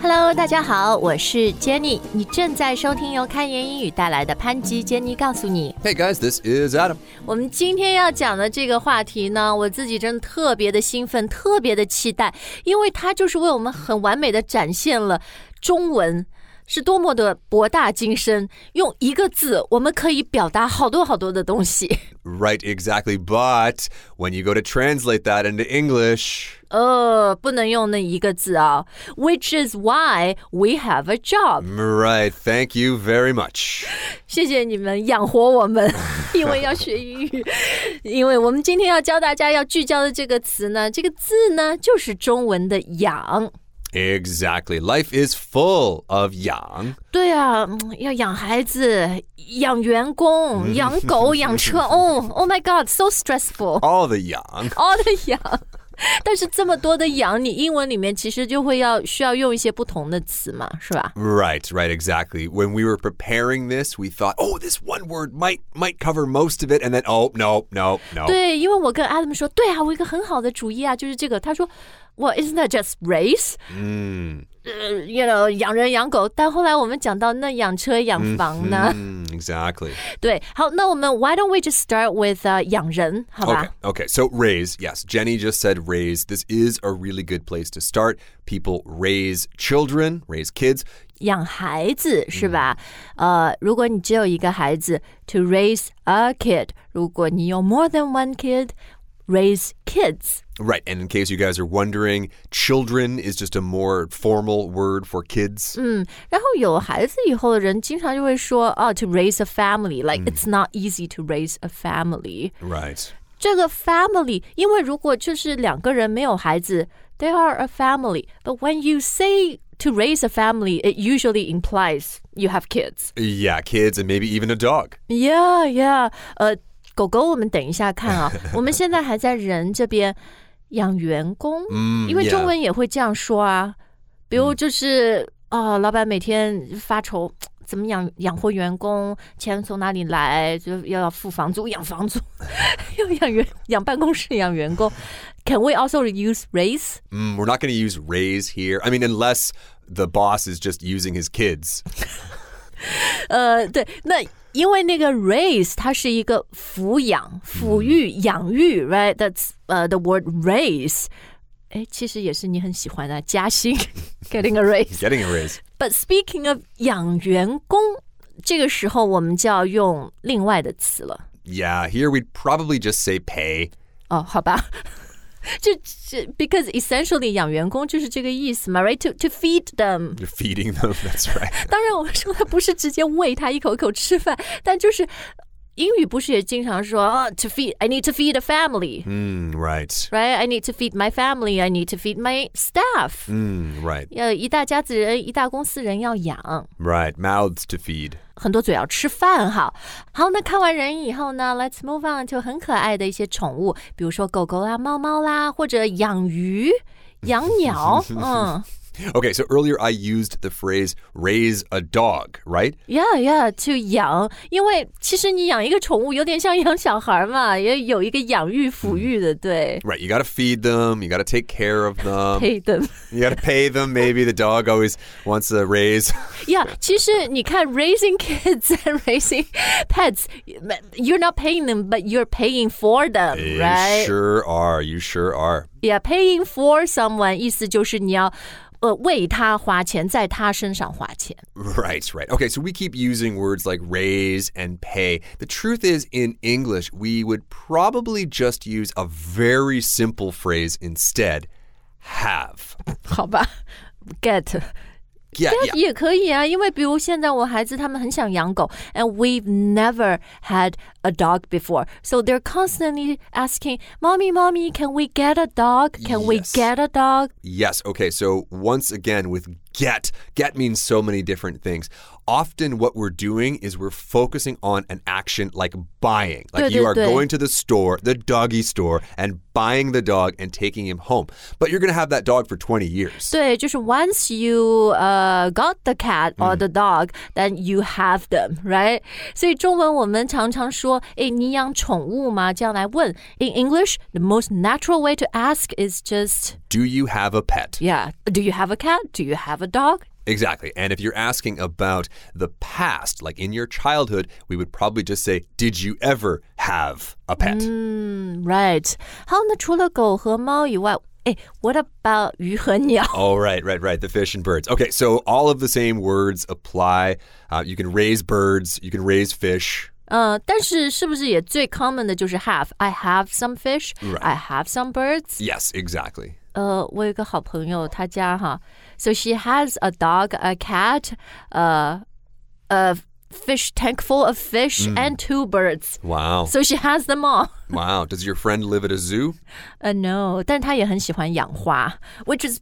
Hello，大家好，我是 Jenny，你正在收听由开言英语带来的潘吉 Jenny 告诉你。 Hey guys, this is Adam. 我们今天要讲的这个话题呢，我自己真的特别的兴奋，特别的期待，因为它就是为我们很完美的展现了中文。是多么的博大精深，用一个字，我们可以表达好多好多的东西。 Right, exactly. But when you go to translate that into English, 呃，不能用那一个字啊，which is why we have a job。 right, thank you very much. 谢谢你们养活我们， 因为要学英语，因为我们今天要教大家要聚焦的这个词呢，这个字呢就是中文的“养 Exactly. Life is full of yang. ”。对啊，嗯要养孩子、养员工、养狗、养 车。哦，Oh my God，so stressful，all All the yang. the 养。但是这么多的“养”，你英文里面其实就会要需要用一些不同的词嘛，是吧？ Right, right, exactly. When we were preparing this, we thought, "Oh, this one word might might cover most of it," and then, "Oh, no, no, no." 对，因为我跟 Adam 说，对啊，我有一个很好的主意啊，就是这个。他说，我 isn't that just race？ Mm, 呃，you know，养人养狗。但后来我们讲到那养车养房呢， mm, exactly. 对，好，那我们 why don't we just start with 呃、养人，好吧 Okay, okay. So raise, yes. Jenny just said raise. This is a really good place to start. People raise children, raise kids. 养孩子是吧？呃，如果你只有一个孩子，to raise a kid；如果你有 more than one kid，raise kids。 Right, and in case you guys are wondering, children is just a more formal word for kids. 嗯，然后有孩子以后的人，经常就会说，哦，to raise a family，like、it's not easy to raise a family。 Right. 这个 family，因为如果就是两个人没有孩子，they are a family。But when you say to raise a family, it usually implies you have kids. Yeah, kids and maybe even a dog. Yeah, yeah. 呃，狗狗，我们等一下看啊。我们现在还在人这边养员工，嗯因为 yeah 中文也会这样说啊。比如就是啊、老板每天发愁。怎么养养活员工？钱从哪里来？就要付房租，养房租， 要养员养办公室，养员工。Can we also use race？ Mm, we're not going to use raise here. I mean, unless the boss is just using his kids. 呃，对，那因为那个 raise 它是一个抚养、抚育、养育，right？That's 呃、the word raise。哎，其实也是你很喜欢的加薪 ，getting a raise。 He's getting a raise. But speaking of 养员工，这个时候我们就要用另外的词了。 Yeah, here we'd probably just say pay. 哦，好吧。 就这，because essentially 养员工就是这个意思嘛，right？To to feed them， You're feeding them. That's right. 当然，我们说的不是直接喂他一口一口吃饭，但就是英语不是也经常说啊、t o feed I need to feed a family。 Mm, right. Right, I need to feed my family. I need to feed my staff. Mm, right. 要一大家子人，一大公司人要养， Right. Mouths to feed. 很多嘴要吃饭哈。好，那看完人以后呢，Let's move on 就很可爱的一些宠物，比如说狗狗啦、猫猫啦，或者养鱼、养鸟。嗯 Okay, so earlier I used the phrase raise a dog, right? ，Yeah, yeah, to 养，因为其实你养一个宠物有点像养小孩嘛，也有一个养育、抚育的，对。 Right, you got to feed them, you got to take care of them, pay them. you got to pay them. Maybe the dog always wants a raise. Yeah，其实你看，raising kids and raising pets, you're not paying them, but you're paying for them, You right? sure are. You sure are. Yeah, paying for someone 意思就是你要呃为他花钱，在他身上花钱。 Right, right. Okay, so we keep using words like raise and pay. The truth is, in English, we would probably just use a very simple phrase instead have. 好吧，get Yeah, yeah. 也可以啊，因为比如现在我孩子他们很想养狗，and we've never had a dog before, so they're constantly asking, "Mommy, mommy, can we get a dog? Can we Yes. get a dog?" Yes. Okay. So once again, with get, get means so many different things. Often, what we're doing is we're focusing on an action like buying. Like you are 对，对，对。 going to the store, the doggy store, and buying the dog and taking him home. But you're going to have that dog for 20 years. 对，就是 once you 呃、got the cat Mm。 or the dog,、then you have them, right? 所以中文我们常常说，诶，你养宠物吗？这样来问。In English, the most natural way to ask is just, Do you have a pet? yeah, do you have a cat? Do you have have a dog? Exactly. And if you're asking about the past, like in your childhood, we would probably just say, Did you ever have a pet? Right. 好，那除了狗和猫以外，哎，What about 鱼和鸟？ Oh, right, right, right. The fish and birds. Okay, so all of the same words apply. Uh, you can raise birds, you can raise fish. 嗯，但是是不是也最 common 的就是 have? I have some fish. I have some birds. Yes, exactly. 呃，我有一个好朋友，他家哈，so she has a dog, a cat, 呃、a fish tank full of fish and two birds. Wow. So she has them all. Wow. Does your friend live at a zoo? Uh, no，但是他也很喜欢养花，which is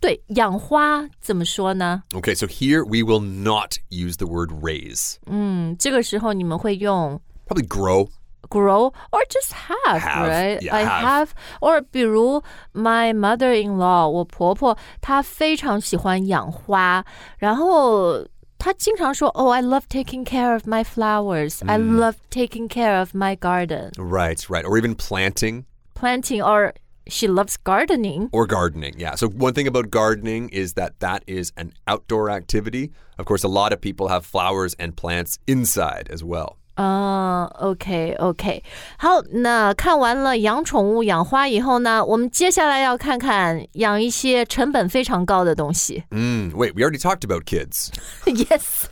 对养花怎么说呢？ Okay, so here we will not use the word raise. 嗯，这个时候你们会用 Probably grow. grow or just have, Have, right? yeah, I have have. or 比如 my mother-in-law，我婆婆她非常喜欢养花，然后。她经常说：“Oh, I love taking care of my flowers. I Mm. love taking care of my garden, Right, right. Or even planting planting, or she loves gardening. or gardening. Yeah. So one thing about gardening is that that is an outdoor activity. Of course, a lot of people have flowers and plants inside as well. 啊、o k OK，好，那看完了养宠物、养花以后呢，我们接下来要看看养一些成本非常高的东西。 Mm, wait, we already talked about kids. yes，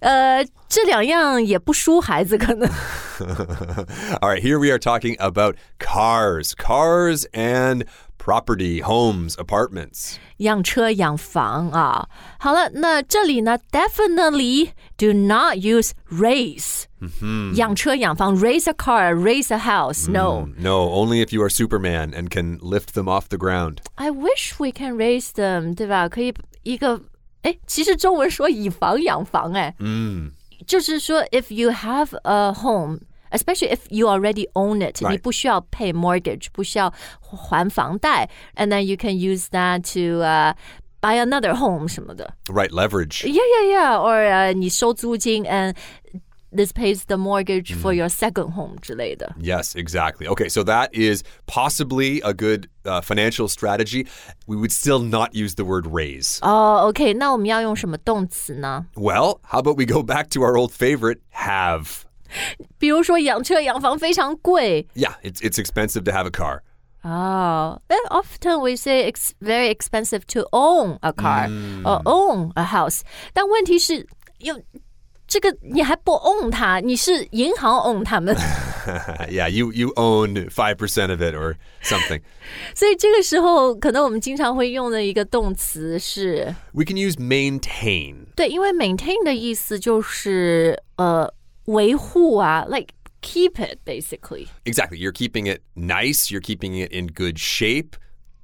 呃，这两样也不输孩子，可能 All right, here we are talking about cars, cars and property, homes, apartments. 养车、养房啊。好了，那这里呢，definitely do not use raise，、养车、养房，raise a car，raise a house，no、 Mm, no, only if you are Superman and can lift them off the ground. I wish we can raise them，对吧？可以一个，哎，其实中文说以房养房，哎，嗯，就是说，if you have a home。Especially if you already own it，、 Right. 你不需要 pay mortgage，不需要还房贷，and then you can use that to、uh, buy another home 什么的。 Right, leverage. Yeah, yeah, yeah. Or、uh, 你收租金，and this pays the mortgage for your second home 之类的。 Yes, exactly. Okay, so that is possibly a good uh, financial strategy. We would still not use the word raise. 哦、o k 那我们要用什么动词呢？ Well, how about we go back to our old favorite, have? 比如说养车养房非常贵， Yeah, it's, it's expensive to have a car. Oh, then often we say it's very expensive to own a car or own a house. 但问题是，有这个你还不 own 它，你是银行 own 他们，Uh, yeah, you, you own 5% of it or something. 所以这个时候可能我们经常会用的一个动词是 We can use maintain. 对，因为 maintain 的意思就是呃维护啊，like keep it basically。 Exactly. You're keeping it nice, you're keeping it in good shape.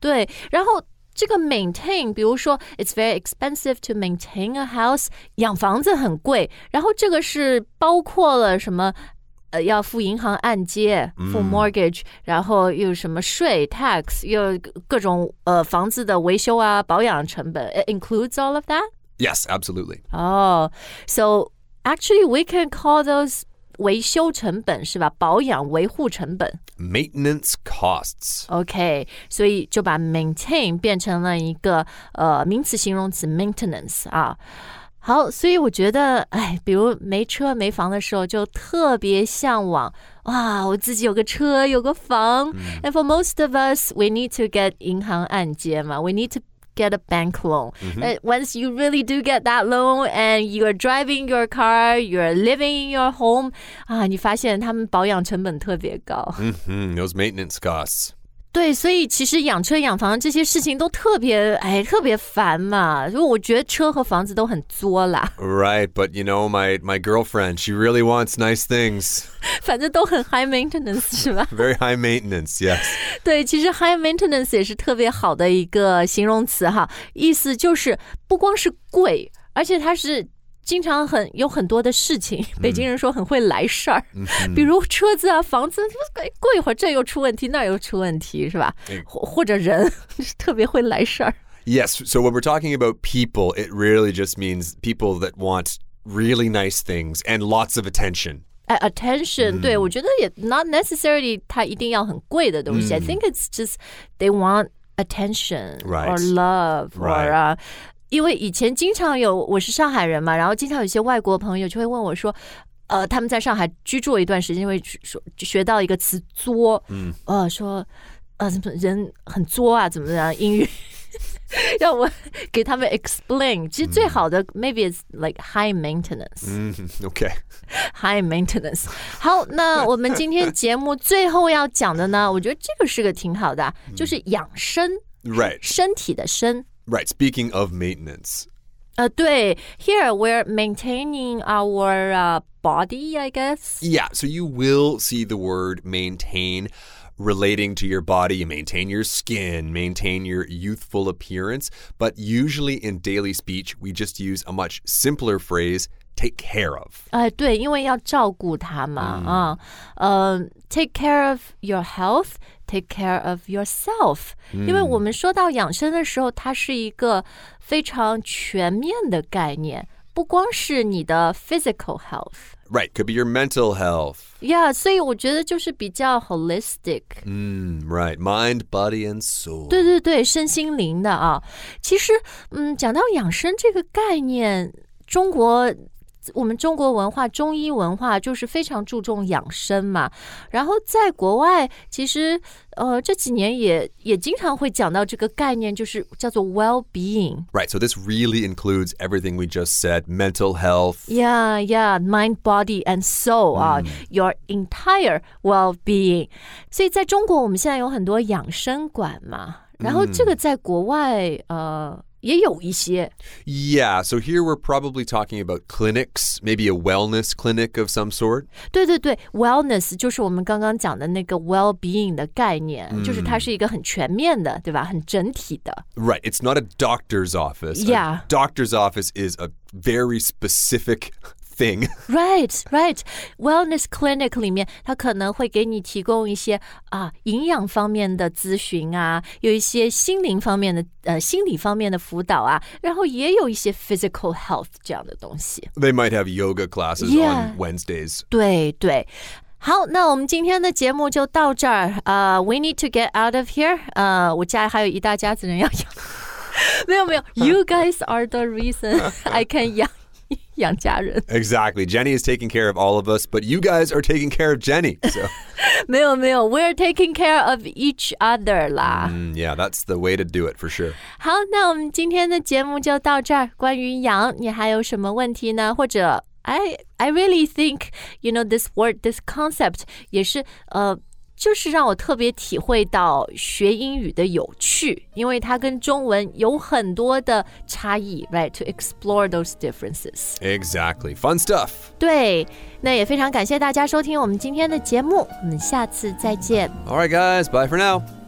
对，然后这个 maintain，比如说 it's very expensive to maintain a house，养房子很贵，然后这个是包括了什么？呃，要付银行按揭，付 mortgage，、然后又有什么税 tax，又有各种呃房子的维修啊、保养成本，it includes all of that。 Yes, absolutely. 哦、s o actually we can call those 维修成本是吧？保养维护成本。 Maintenance costs. OK，所以就把 maintain 变成了一个呃名词形容词 maintenance 啊。好，所以我觉得，哎，比如没车没房的时候，就特别向往哇，我自己有个车，有个房。And for most of us, we need to get 银行按揭嘛，we need to get a bank loan. And once you really do get that loan and you're driving your car, you're living in your home，啊，你发现他们保养成本特别高。 hmm those maintenance costs. 对，所以其实养车养房这些事情都特别哎特别烦嘛，因为我觉得车和房子都很作啦， Right, but you know, my, my girlfriend, she really wants nice things. 反正都很 high maintenance 是吧？ Very high maintenance, yes. 对，其实 high maintenance 也是特别好的一个形容词哈，意思就是不光是贵，而且它是。经常很有很多的事情，北京人说很会来事儿，比如车子啊、房子，过过一会儿这又出问题，那儿又出问题，是吧哎？或或者人 特别会来事儿。 Yes, so when we're talking about people, it really just means people that want really nice things and lots of attention. 哎，attention，、对嗯嗯我觉得也 not necessarily 它一定要很贵的东西。I think it's just they want attention Right. or love or Right. 啊、因为以前经常有我是上海人嘛，然后经常有一些外国朋友就会问我说。呃，他们在上海居住一段时间，会说学到一个词“作”，嗯，呃，说呃，怎么人很作啊，怎么样？英语 让我给他们 explain。其实嗯最好的、maybe it's like high maintenance， Mm, okay. High maintenance。好，那我们今天节目最后要讲的呢，我觉得这个是个挺好的啊，就是养生， Right. 身体的身。 Right. Speaking of maintenance. 呃，对，here we're maintaining our、uh, body, I guess. Yeah, so you will see the word maintain relating to your body. You maintain your skin, maintain your youthful appearance, but usually in daily speech, we just use a much simpler phrase take care of. 呃，对，因为要照顾它嘛，啊、嗯，呃，take care of your health, take care of yourself、因为我们说到养生的时候，它是一个非常全面的概念，不光是你的 physical health。 Right, could be your mental health. Yeah，所以我觉得就是比较 holistic，、 Mm, right, mind, body, and soul. 对对对，身心灵的啊。其实，嗯，讲到养生这个概念，中国我们中国文化、中医文化就是非常注重养生嘛。然后在国外，其实呃这几年也也经常会讲到这个概念，就是叫做 well being。 Right, so this really includes everything we just said mental health. Yeah, yeah, mind, body, and soul 啊、y o u r entire well-being。所以在中国，我们现在有很多养生馆嘛，然后这个在国外、呃也有一些。 Yeah, so here we're probably talking about clinics, maybe a wellness clinic of some sort. 对对对，wellness 就是我们刚刚讲的那个 well-being 的概念，就是它是一个很全面的，对吧？很整体的。 Right. It's not a doctor's office. A Yeah. doctor's office is a very specific thing. Right, right. Wellness clinic 里面，它可能会给你提供一些啊营养方面的咨询啊，有一些心灵方面的呃心理方面的辅导啊，然后也有一些 physical health 这样的东西。 They might have yoga classes Yeah. on Wednesdays. 对对。好，那我们今天的节目就到这儿。呃、w e need to get out of here。呃，我家还有一大家子人要 养。没有没有，You guys are the reason I can 养养家人。 Exactly. Jenny is taking care of all of us, but you guys are taking care of Jenny. So, 没有没有，We're taking care of each other 啦。 mm, yeah, that's the way to do it for sure. 好，那我们今天的节目就到这儿。关于羊，你还有什么问题呢？或者，I I really think you know this word, this concept 也是呃，就是让我特别体会到学英语的有趣，因为它跟中文有很多的差异，right? To explore those differences。 Exactly. Fun stuff. 对，那也非常感谢大家收听我们今天的节目，我们下次再见。 All right, guys. Bye for now.